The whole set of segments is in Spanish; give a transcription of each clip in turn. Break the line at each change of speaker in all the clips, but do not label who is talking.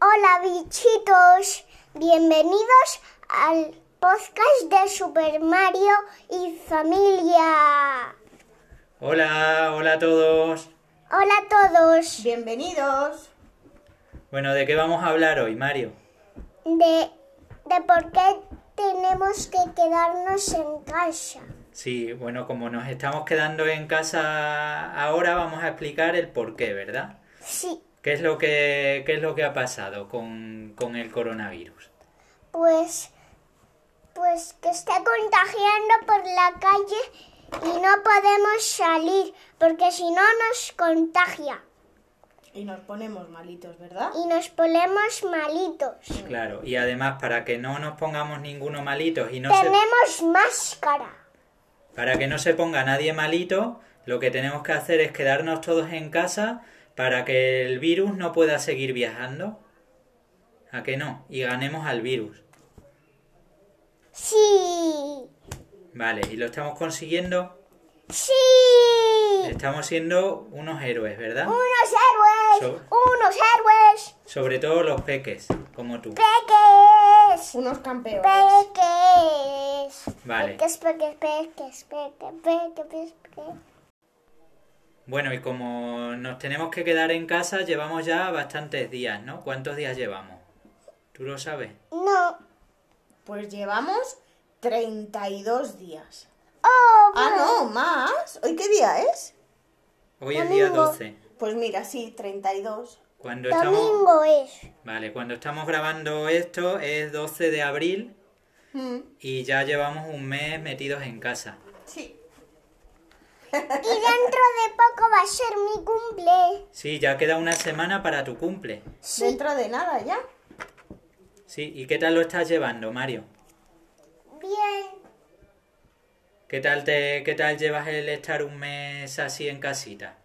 Hola bichitos, bienvenidos al podcast de Super Mario y familia.
Hola, hola a todos.
Hola a todos
Bienvenidos.
Bueno, ¿de qué vamos a hablar hoy, Mario?
de, de por qué tenemos que quedarnos en casa.
Sí, bueno, como nos estamos quedando en casa ahora, vamos a explicar el por qué, ¿verdad?
Sí,
¿Qué es lo que, qué es lo que ha pasado con, con el coronavirus?
pues, pues que está contagiando por la calle y no podemos salir porque si no nos contagia
Y nos ponemos malitos, ¿verdad?
y nos ponemos malitos.
Claro, y además para que no nos pongamos ninguno malitos y no se,
Tenemos máscara.
para que no se ponga nadie malito, lo que tenemos que hacer es quedarnos todos en casa para que el virus no pueda seguir viajando. ¿A que no? Y ganemos al virus.
Sí,
Vale, y lo estamos consiguiendo.
sí.
Estamos siendo unos héroes, ¿verdad?
Unos héroes,
So-
unos héroes.
Sobre todo los peques, como tú.
Peques,
Unos campeones.
peques.
Vale.
Peques, peques, peques, peques, peques, peques, peques.
Bueno, y como nos tenemos que quedar en casa, llevamos ya bastantes días, ¿no? ¿Cuántos días llevamos? ¿Tú lo sabes?
No.
Pues llevamos 32 días.
Oh,
Ah, no, más. ¿Hoy qué día es?
Hoy es día
Domingo.
12.
Pues mira, sí, 32.
Cuando estamos...
domingo es.
Vale, cuando estamos grabando esto es 12 de abril
Mm,
y ya llevamos un mes metidos en casa.
sí.
Y dentro de poco va a ser mi cumple.
Sí, ya queda una semana para tu cumple.
Dentro de nada ya.
Sí, ¿y qué tal lo estás llevando, Mario?
Bien.
¿Qué tal te, qué tal llevas el estar un mes así en casita?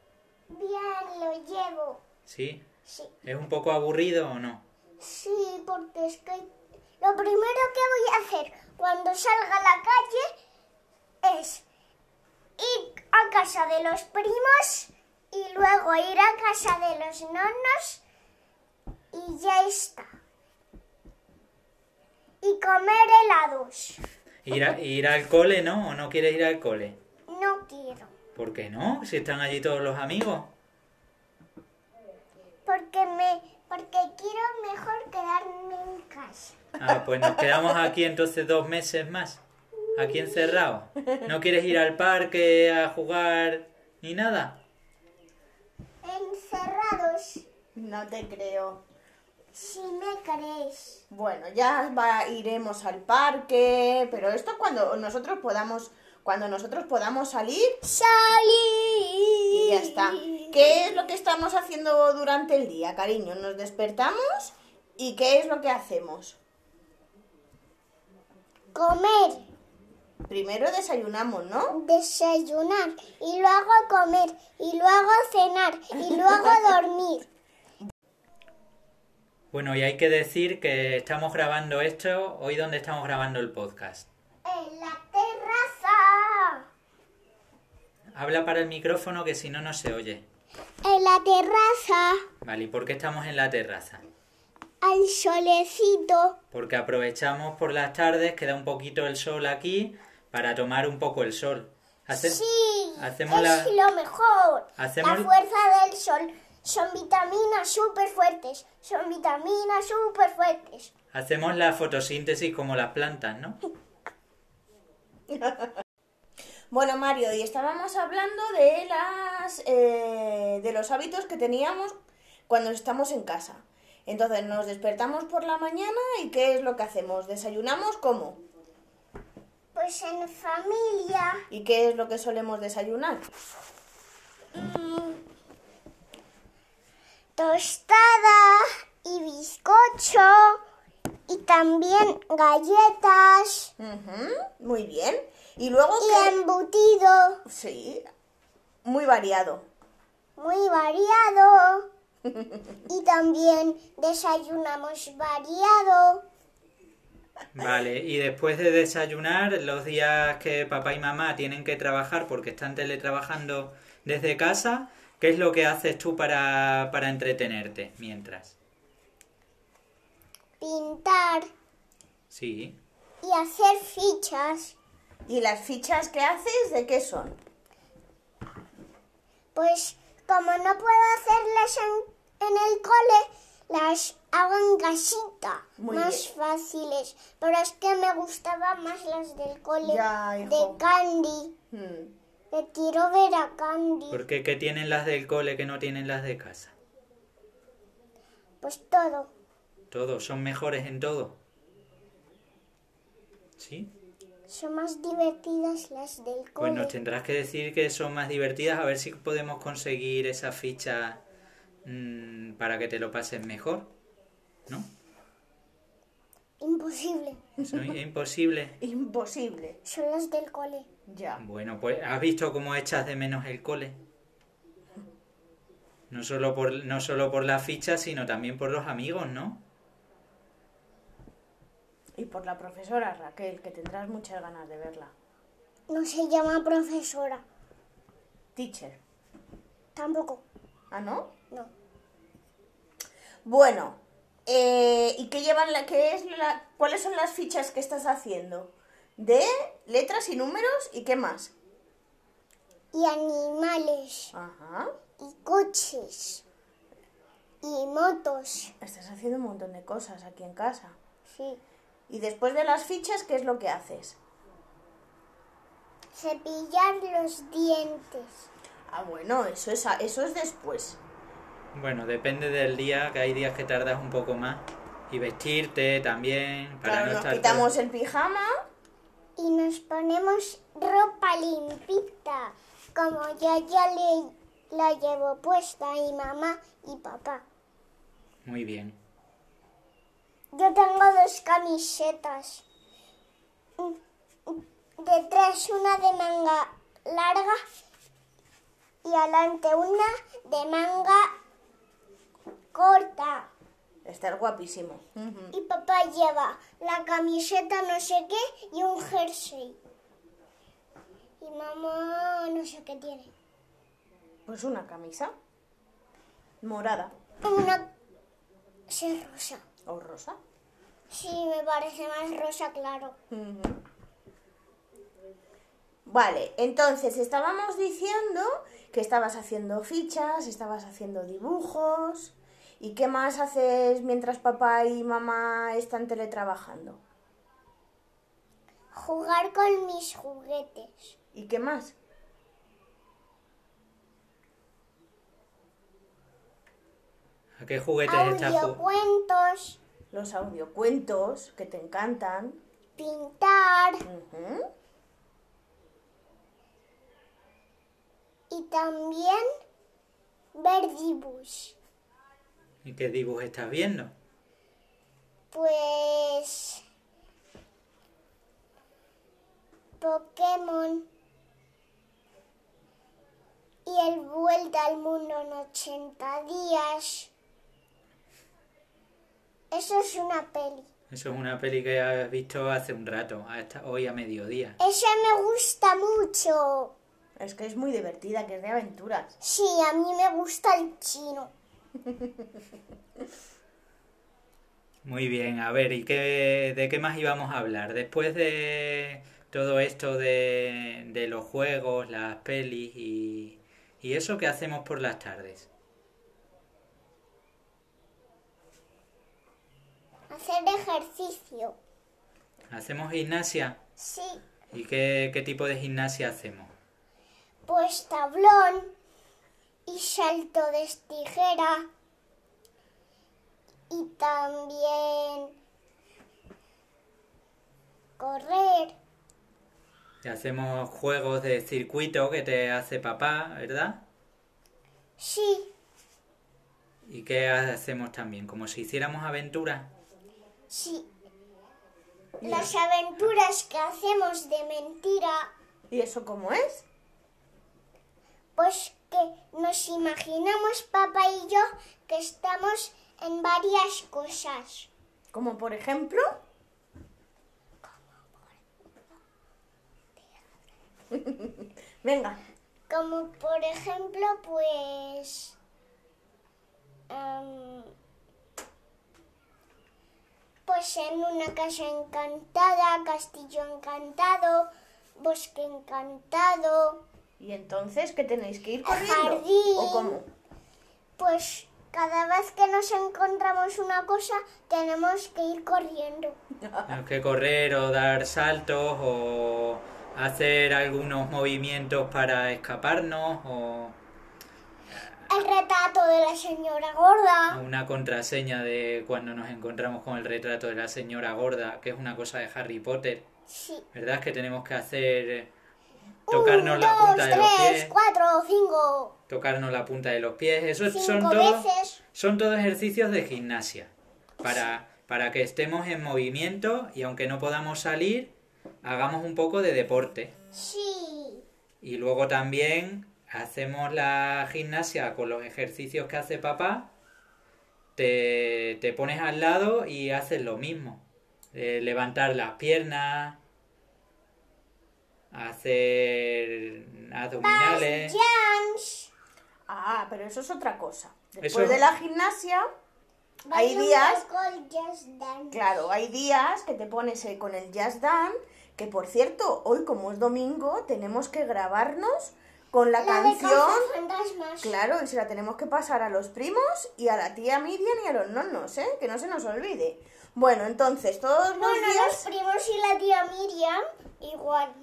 Bien, lo llevo.
¿Sí?
Sí.
¿Es un poco aburrido o no?
Sí, porque es que lo primero que voy a hacer cuando salga a la calle es ir a casa de los primos y luego ir a casa de los nonos y ya está. Y comer helados.
Ir, a- ir al cole, ¿no? ¿O no quieres ir al cole?
No quiero,
¿Por qué no? Si están allí todos los amigos.
porque me porque quiero mejor quedarme en casa.
Ah, pues nos quedamos aquí entonces dos meses más. Aquí encerrados. ¿No quieres ir al parque a jugar ni nada?
Encerrados,
No te creo.
si me queréis.
Bueno, ya va, iremos al parque, pero esto cuando nosotros podamos, cuando nosotros podamos salir
Salir.
y ya está. ¿Qué es lo que estamos haciendo durante el día, cariño? Nos despertamos y ¿qué es lo que hacemos?
Comer,
Primero desayunamos, ¿no?
desayunar y luego comer y luego cenar y luego dormir.
Bueno, y hay que decir que estamos grabando esto hoy donde estamos grabando el podcast.
En la terraza.
Habla para el micrófono que si no, no se oye.
En la terraza,
Vale, ¿y por qué estamos en la terraza?
al solecito.
Porque aprovechamos por las tardes, queda un poquito el sol aquí, para tomar un poco el sol. Hace-
Sí,
hacemos
es
la-
lo mejor.
hacemos-
La fuerza del sol. Son vitaminas súper fuertes. Son vitaminas súper fuertes.
Hacemos la fotosíntesis como las plantas, ¿no?
Bueno, Mario, y estábamos hablando de las eh, de los hábitos que teníamos cuando estamos en casa. Entonces nos despertamos por la mañana y ¿qué es lo que hacemos? Desayunamos cómo?
Pues en familia.
¿Y qué es lo que solemos desayunar?
tostada y bizcocho y también galletas
Ujú, muy bien. Y luego
y
¿qué?
embutido
Sí, muy variado.
muy variado y también desayunamos variado
Vale, y después de desayunar, los días que papá y mamá tienen que trabajar porque están teletrabajando desde casa, ¿qué es lo que haces tú para, para entretenerte mientras?
pintar
Sí.
y hacer fichas.
¿Y las fichas que haces de qué son?
Pues como no puedo hacerlas en, en el cole, las hago en casita.
Muy
más
bien.
fáciles. Pero es que me gustaban más las del cole
Ya, hijo.
de Candy.
Hmm.
Me quiero ver a Candy.
Porque ¿qué tienen las del cole que no tienen las de casa?
Pues todo.
Todos son mejores en todo. ¿Sí?
Son más divertidas las del
Pues
cole.
nos tendrás que decir que son más divertidas, a ver si podemos conseguir esa ficha mm, para que te lo pases mejor. ¿No?
Imposible.
Eso es imposible.
Imposible.
Son las del cole.
Ya.
Bueno, pues has visto cómo echas de menos el cole. No solo por, no solo por las fichas, sino también por los amigos, ¿no?
Y por la profesora Raquel, que tendrás muchas ganas de verla.
No se llama profesora.
Teacher.
Tampoco.
¿Ah, no?
No.
Bueno, eh, ¿y qué llevan la, qué es la, cuáles son las fichas que estás haciendo? De letras y números y qué más.
Y animales.
Ajá.
Y coches. Y motos.
Estás haciendo un montón de cosas aquí en casa.
Sí.
Y después de las fichas, ¿qué es lo que haces?
Cepillar los dientes.
Ah, bueno, eso es, a- eso es después.
Bueno, depende del día, que hay días que tardas un poco más. Y vestirte también, para
claro,
no
nos
estar...
quitamos el pijama.
Y nos ponemos ropa limpita. Como yo ya le, la llevo puesta a mi mamá y papá.
Muy bien.
Yo tengo dos camisetas. Detrás una de manga larga y adelante una de manga corta.
Estás guapísimo. Ujú.
Y papá lleva la camiseta no sé qué y un jersey. Y mamá no sé qué tiene.
Pues una camisa morada
Una... Sí, es rosa.
o rosa.
Sí, me parece más rosa, claro.
Ujú. Vale, entonces estábamos diciendo que estabas haciendo fichas, estabas haciendo dibujos. ¿Y qué más haces mientras papá y mamá están teletrabajando?
Jugar con mis juguetes.
¿Y qué más?
¿A qué juguetes estás jugando?
Audiocuentos,
Los audiocuentos que te encantan.
pintar
Ujú.
y también ver dibujos.
¿Y qué dibujos estás viendo?
Pues... Pokémon. Y el Vuelta al Mundo en 80 días. Eso es una peli.
Eso es una peli que has visto hace un rato, hasta hoy a mediodía.
Esa me gusta mucho.
Es que es muy divertida, que es de aventuras.
Sí, a mí me gusta el chino.
Muy bien, a ver, ¿y qué, de qué más íbamos a hablar? Después de todo esto de, de los juegos, las pelis y, y eso que hacemos por las tardes.
Hacer ejercicio.
¿Hacemos gimnasia?
Sí,
¿Y qué, qué tipo de gimnasia hacemos?
pues tablón y salto de tijera y también correr.
Y hacemos juegos de circuito que te hace papá, ¿verdad?
Sí,
¿Y qué hacemos también? Como si hiciéramos aventuras.
sí. Las aventuras que hacemos de mentira,
¿Y eso cómo es?
pues que nos imaginamos papá y yo que estamos en varias cosas.
Como por ejemplo... Venga,
Como por ejemplo, pues... em, pues en una casa encantada, castillo encantado, bosque encantado,
¿Y entonces qué tenéis que ir corriendo?
Jardín.
¿O cómo?
pues cada vez que nos encontramos una cosa tenemos que ir corriendo.
Tenemos que correr o dar saltos o hacer algunos movimientos para escaparnos o
El retrato de la señora gorda.
una contraseña de cuando nos encontramos con el retrato de la señora gorda, que es una cosa de Harry Potter,
Sí.
¿verdad? Que tenemos que hacer eh,
Un,
tocarnos la
dos,
punta de los
tres,
pies,
cuatro, cinco,
tocarnos la punta de los pies, eso son
cinco
todos
veces.
Son todos ejercicios de gimnasia. Para, para que estemos en movimiento y aunque no podamos salir, hagamos un poco de deporte.
Sí.
Y luego también hacemos la gimnasia con los ejercicios que hace papá. Te, te pones al lado y haces lo mismo. Eh, levantar las piernas. Hacer abdominales.
Jans.
Ah, pero eso es otra cosa. Después
Eso-
de la gimnasia, Hay días-
dance.
claro, hay días que te pones eh, con el jazz dance, que por cierto, hoy como es domingo, tenemos que grabarnos con la,
La de
canción.
Cazafantasmas.
Claro, y se la tenemos que pasar a los primos y a la tía Miriam y a los nonos, ¿eh? Que no se nos olvide. Bueno, entonces, todos los
Bueno, los
días
primos y la tía Miriam igual.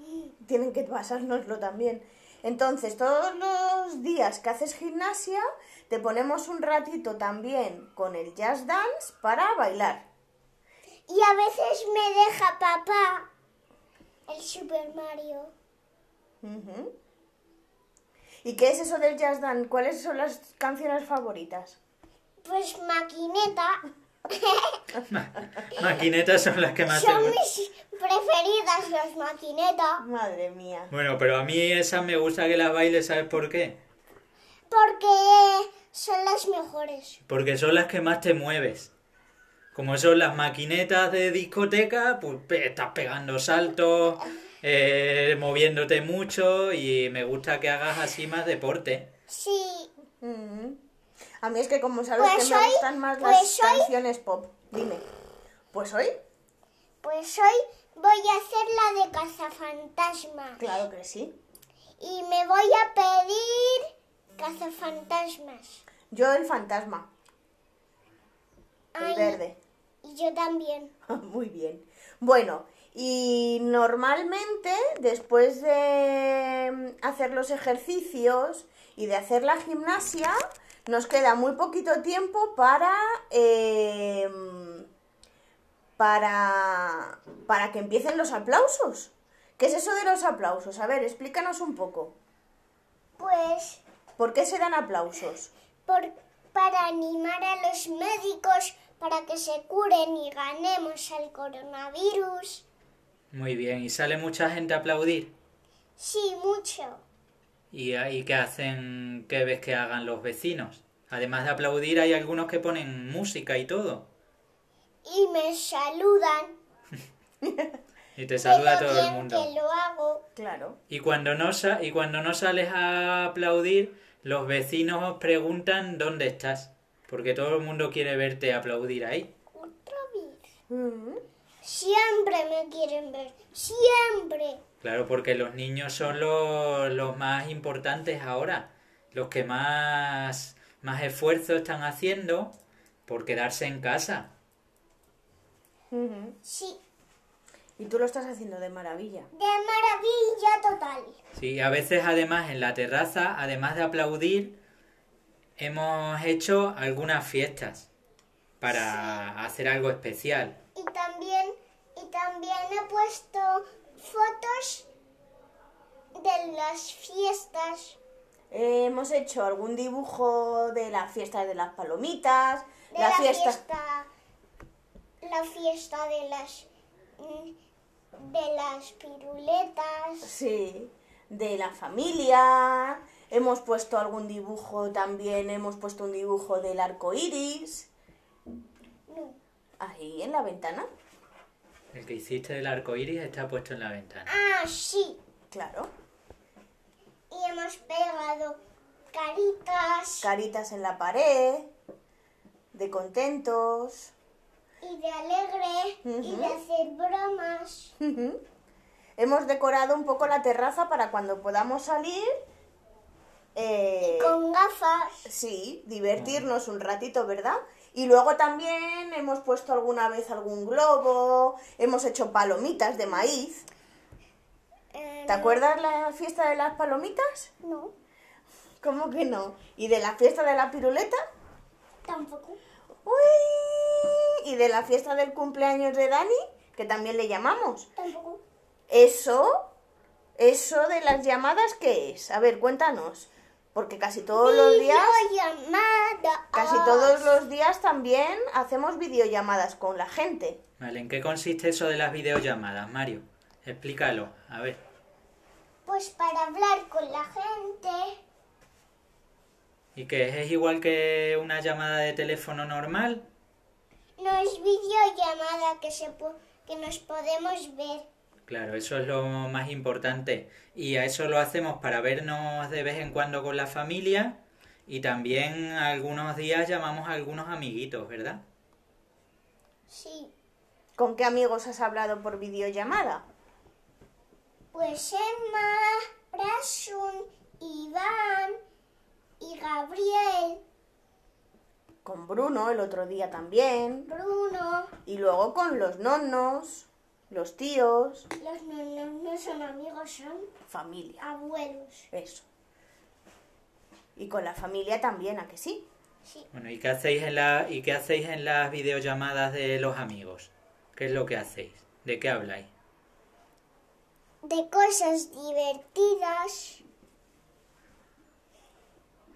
tienen que pasárnoslo también. Entonces, todos los días que haces gimnasia, te ponemos un ratito también con el jazz dance para bailar.
Y a veces me deja papá el Super Mario.
Ujú. ¿Y qué es eso del jazz dance? ¿Cuáles son las canciones favoritas?
Pues maquineta
Maquinetas son las que
Ah,
más te
son
gustan.
mis preferidas las maquinetas
Madre mía.
Bueno, pero a mí esas me gusta que las baile, ¿sabes por qué?
porque son las mejores.
Porque son las que más te mueves. Como son las maquinetas de discoteca, pues pe- estás pegando saltos, eh, moviéndote mucho y me gusta que hagas así más deporte.
Sí,
Ujú. A mí es que como sabes
Pues
que me
hoy-
gustan más
pues
las
hoy-
canciones pop. Dime. Pues hoy,
pues hoy voy a hacer la de cazafantasmas
claro que sí.
y me voy a pedir cazafantasmas.
Yo el fantasma, el
Ay,
verde.
Y yo también.
Muy bien. Bueno, y normalmente después de mm, hacer los ejercicios y de hacer la gimnasia, nos queda muy poquito tiempo para, em, para, para que empiecen los aplausos. ¿Qué es eso de los aplausos? A ver, explícanos un poco.
Pues
¿Por qué se dan aplausos?
por, para animar a los médicos para que se curen y ganemos al coronavirus.
Muy bien, y sale mucha gente a aplaudir.
Sí, mucho.
¿Y, ahí qué hacen, qué ves que hagan los vecinos? Además de aplaudir, hay algunos que ponen música y todo.
Y me saludan.
Y te saluda
de lo
todo el
bien
mundo.
que lo hago.
Claro.
Y cuando no, sa- y cuando no sales a aplaudir, los vecinos os preguntan dónde estás. Porque todo el mundo quiere verte aplaudir ahí.
Otra vez.
Mm.
Siempre me quieren ver. Siempre.
Claro, porque los niños son los, los más importantes ahora. Los que más, más esfuerzo están haciendo por quedarse en casa.
Ujú.
Sí.
Y tú lo estás haciendo de maravilla.
De maravilla total.
Sí, a veces además en la terraza, además de aplaudir, hemos hecho algunas fiestas para hacer algo especial.
Y también, y también he puesto fotos de las fiestas.
Hemos hecho algún dibujo de la fiesta de las palomitas,
de
la,
la,
fiesta...
fiesta. la fiesta de las mm, de las piruletas
Sí, de la familia. Hemos puesto algún dibujo también, hemos puesto un dibujo del arco iris.
no
Ahí en la ventana,
El que hiciste del arco iris está puesto en la ventana.
ah sí
claro.
y hemos pegado caritas
Caritas en la pared, de contentos.
y de alegre y de hacer bromas.
Ujú. Hemos decorado un poco la terraza para cuando podamos salir. eh,
Con gafas.
Sí, divertirnos un ratito, ¿verdad? Y luego también hemos puesto alguna vez algún globo, hemos hecho palomitas de maíz.
eh,
¿Te acuerdas la fiesta de las palomitas?
No,
¿Cómo que no? ¿Y de la fiesta de la piruleta?
tampoco.
¡Uy! ¿Y de la fiesta del cumpleaños de Dani? Que también le llamamos.
Tampoco.
Eso, eso de las llamadas, ¿qué es? A ver, cuéntanos. Porque casi todos los días...
Videollamada.
Casi todos los días también hacemos videollamadas con la gente.
Vale, ¿en qué consiste eso de las videollamadas, Mario? Explícalo, a ver.
Pues para hablar con la gente.
¿Y qué es? ¿Es igual que una llamada de teléfono normal?
No es videollamada que, se po- que nos podemos ver.
Claro, eso es lo más importante. Y a eso lo hacemos para vernos de vez en cuando con la familia y también algunos días llamamos a algunos amiguitos, ¿verdad?
Sí.
¿Con qué amigos has hablado por videollamada?
Pues Emma, Brasun, Iván y Gabriel,
Con Bruno el otro día también.
Bruno.
Y luego con los nonnos, los tíos,
Los no, no, no son amigos, son
familia.
abuelos.
Eso. Y con la familia también, ¿a que sí?
Sí.
Bueno, ¿y qué hacéis en la, y qué hacéis en las videollamadas de los amigos? ¿Qué es lo que hacéis? ¿De qué habláis?
De cosas divertidas.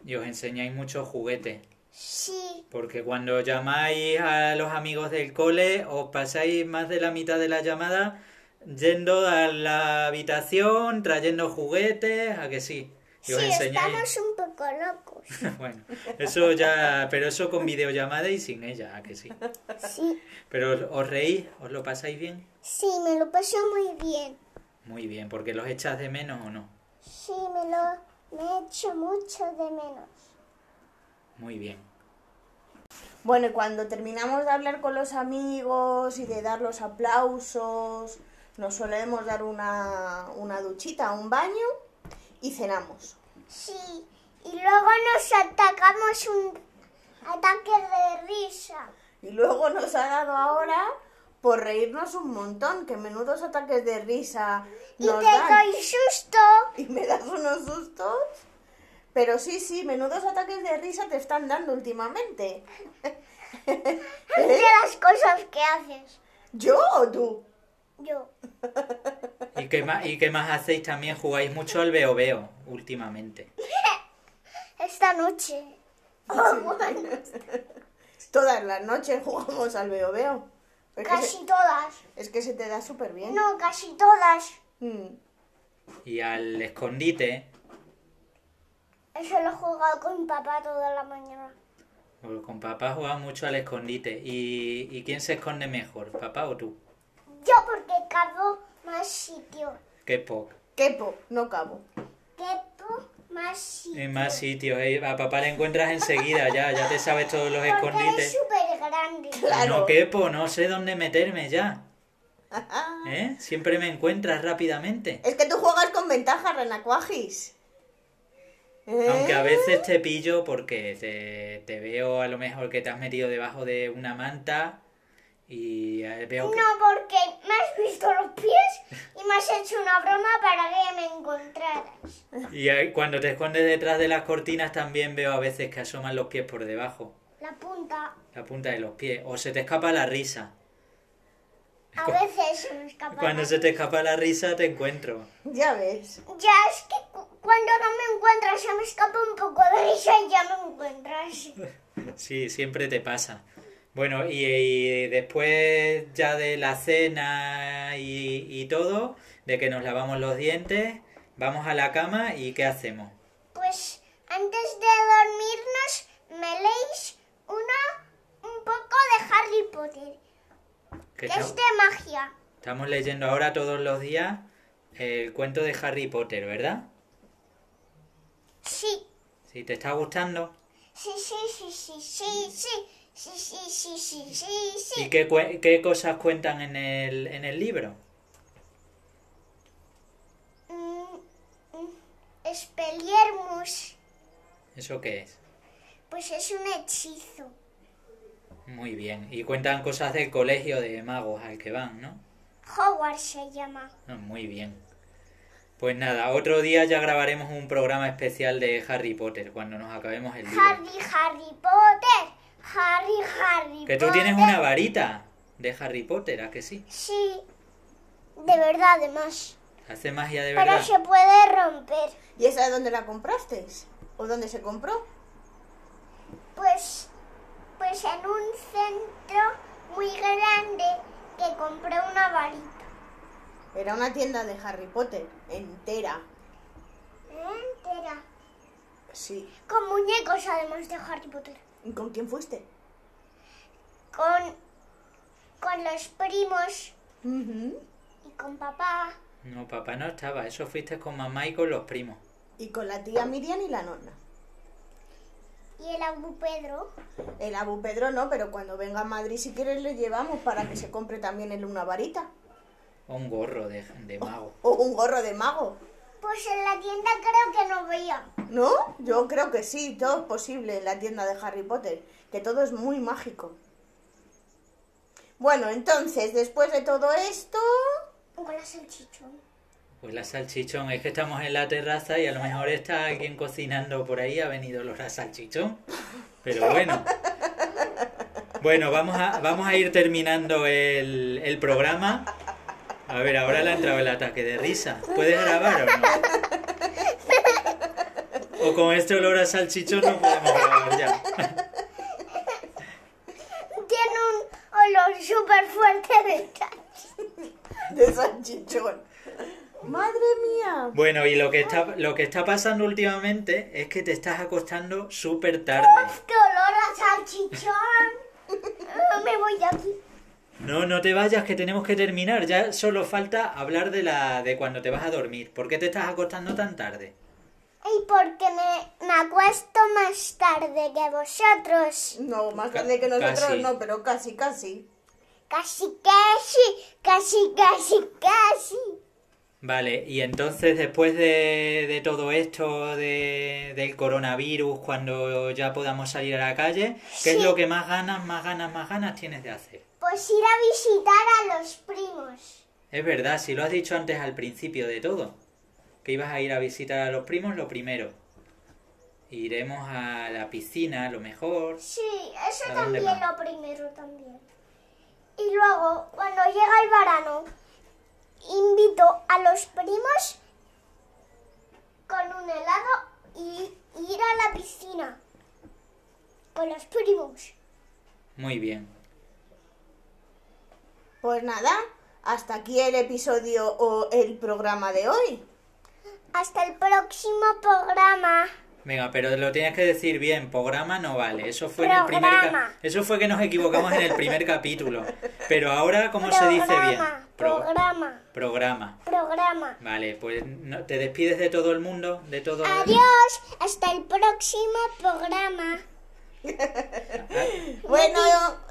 Y os enseñáis muchos juguetes.
Sí.
Porque cuando llamáis a los amigos del cole, os pasáis más de la mitad de la llamada yendo a la habitación, trayendo juguetes, a que sí. Y
Sí,
os enseñáis.
estamos un poco locos.
Bueno, eso ya, pero eso con videollamada y sin ella, a que sí.
Sí.
Pero os- os reís, os lo pasáis bien.
Sí, me lo paso muy bien.
Muy bien, porque los echas de menos o no.
Sí, me lo me echo mucho de menos.
Muy bien.
Bueno, y cuando terminamos de hablar con los amigos y de dar los aplausos, nos solemos dar una, una duchita, un baño y cenamos.
Sí. Y luego nos atacamos un ataque de risa.
Y luego nos ha dado ahora por reírnos un montón, que menudos ataques de risa
Y
nos
te
dan.
doy susto.
Y me das unos sustos. Pero sí, sí, menudos ataques de risa te están dando últimamente.
De las cosas que haces.
¿Yo o tú?
Yo.
¿Y qué más, y qué más hacéis también? Jugáis mucho al veo veo últimamente.
Esta noche. Ah,
Todas las noches jugamos al veo veo. Es que,
Casi
se,
todas.
es que se te da súper bien.
No, casi todas.
Mm.
Y al escondite,
Eso lo he jugado con papá toda la mañana.
Pues con papá jugaba mucho al escondite. ¿Y, y quién se esconde mejor, papá o tú?
Yo porque cabo más sitio.
Qué poco.
Quepo, no cabo.
Quepo más sitio.
En más sitios. eh, A papá le encuentras enseguida ya. Ya te sabes todos los
Porque es
escondites.
súper grande.
No
Claro.
quepo, no sé dónde meterme ya. ¿Eh? Siempre me encuentras rápidamente.
Es que tú juegas con ventaja, Renacuajis. ¿Eh?
Aunque a veces te pillo porque te, te veo a lo mejor que te has metido debajo de una manta y eh, veo que...
No, porque me has visto los pies y me has hecho una broma para que me encontraras.
Y eh, cuando te escondes detrás de las cortinas también veo a veces que asoman los pies por debajo.
La punta.
La punta de los pies. O se te escapa la risa.
A veces se me escapa.
Cuando
la-
se te escapa la risa te encuentro.
Ya ves.
Ya es que cu- cuando no me encuentras se me escapa un poco de risa y ya me encuentras.
Sí, siempre te pasa. Bueno, y, y después ya de la cena y, y todo, de que nos lavamos los dientes, vamos a la cama y ¿qué hacemos?
Pues antes de dormirnos me leéis una un poco de Harry Potter, que
Que estamos-
es de magia.
estamos leyendo ahora todos los días el cuento de Harry Potter, ¿verdad?
Sí,
Sí, ¿te está gustando?
sí, sí, sí, sí, sí, sí. Sí, sí, sí, sí, sí, sí.
¿Y qué, cue- qué cosas cuentan en el, en el libro?
Mm, mm. Expelliarmus,
¿Eso qué es?
pues es un hechizo.
Muy bien. Y cuentan cosas del colegio de magos al que van, ¿no?
Howard se llama.
Ah, Muy bien. Pues nada, otro día ya grabaremos un programa especial de Harry Potter cuando nos acabemos el libro.
Harry, Harry Potter. Harry, Harry
Que
Potter.
tú tienes una varita de Harry Potter, ¿a que sí?
Sí, de verdad, además.
Hace magia de
Pero
verdad.
se puede romper.
¿Y esa de dónde la compraste? ¿O dónde se compró?
Pues, pues en un centro muy grande que compré una varita
Era una tienda de Harry Potter, entera.
entera.
Sí.
Con muñecos además de Harry Potter.
¿Y con quién fuiste?
Con, con los primos
Ujú.
y con papá.
No, papá no estaba. Eso fuiste con mamá y con los primos.
Y con la tía Miriam y la nonna.
Y el abu Pedro.
El Abu Pedro no, pero cuando venga a Madrid, si quieres, le llevamos para que se compre también él una varita.
O un gorro de, de mago.
O un gorro de mago.
Pues en la tienda creo que no veía.
¿No? Yo creo que sí, todo es posible en la tienda de Harry Potter, que todo es muy mágico. Bueno, entonces, después de todo esto,
Con la salchichón.
Pues la salchichón, es que estamos en la terraza y a lo mejor está alguien cocinando por ahí, ha venido olor a salchichón. Pero bueno. Bueno, vamos a, vamos a ir terminando el, el programa. A ver, ahora le ha entrado el ataque de risa. ¿Puedes grabar o no? O con este olor a salchichón no podemos grabar ya.
Tiene un olor súper fuerte de salchichón.
de salchichón. ¡Madre mía!
Bueno, y lo que está, lo que está pasando últimamente es que te estás acostando súper tarde.
¡Qué olor a salchichón! Ah, Me voy de aquí.
No, no te vayas, que tenemos que terminar. Ya solo falta hablar de la de cuando te vas a dormir. ¿Por qué te estás acostando tan tarde?
Y porque me, me acuesto más tarde que vosotros.
No, más
Ca-
grande que nosotros
casi.
no, pero casi, casi.
Casi, casi, casi, casi, casi.
Vale, y entonces después de, de todo esto de, del coronavirus, cuando ya podamos salir a la calle, ¿qué es
Sí.
lo que más ganas, más ganas, más ganas tienes de hacer?
Pues ir a visitar a los primos.
Es verdad, si lo has dicho antes al principio de todo, que ibas a ir a visitar a los primos, lo primero. Iremos a la piscina, a lo mejor.
Sí, eso
¿A dónde
también
va?
lo primero también. Y luego, cuando llega el verano, invito a los primos con un helado y y ir a la piscina. Con los primos.
Muy bien.
Pues nada, hasta aquí el episodio o el programa de hoy.
Hasta el próximo programa.
Venga, pero lo tienes que decir bien, programa no vale. Eso fue en el primer ca-
Programa.
Eso fue que nos equivocamos en el primer capítulo. Pero ahora, ¿cómo se dice bien?
Programa,
Pro-
Programa,
programa.
programa.
Vale, pues no- te despides de todo el mundo, de todo
Adiós, hasta el próximo programa.
Bueno,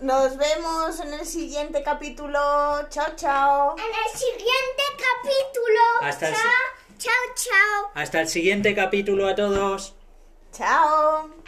nos vemos en el siguiente capítulo. Chao, chao.
En el siguiente capítulo.
Hasta el
chao, chao, chao.
Hasta el siguiente capítulo a todos.
Chao.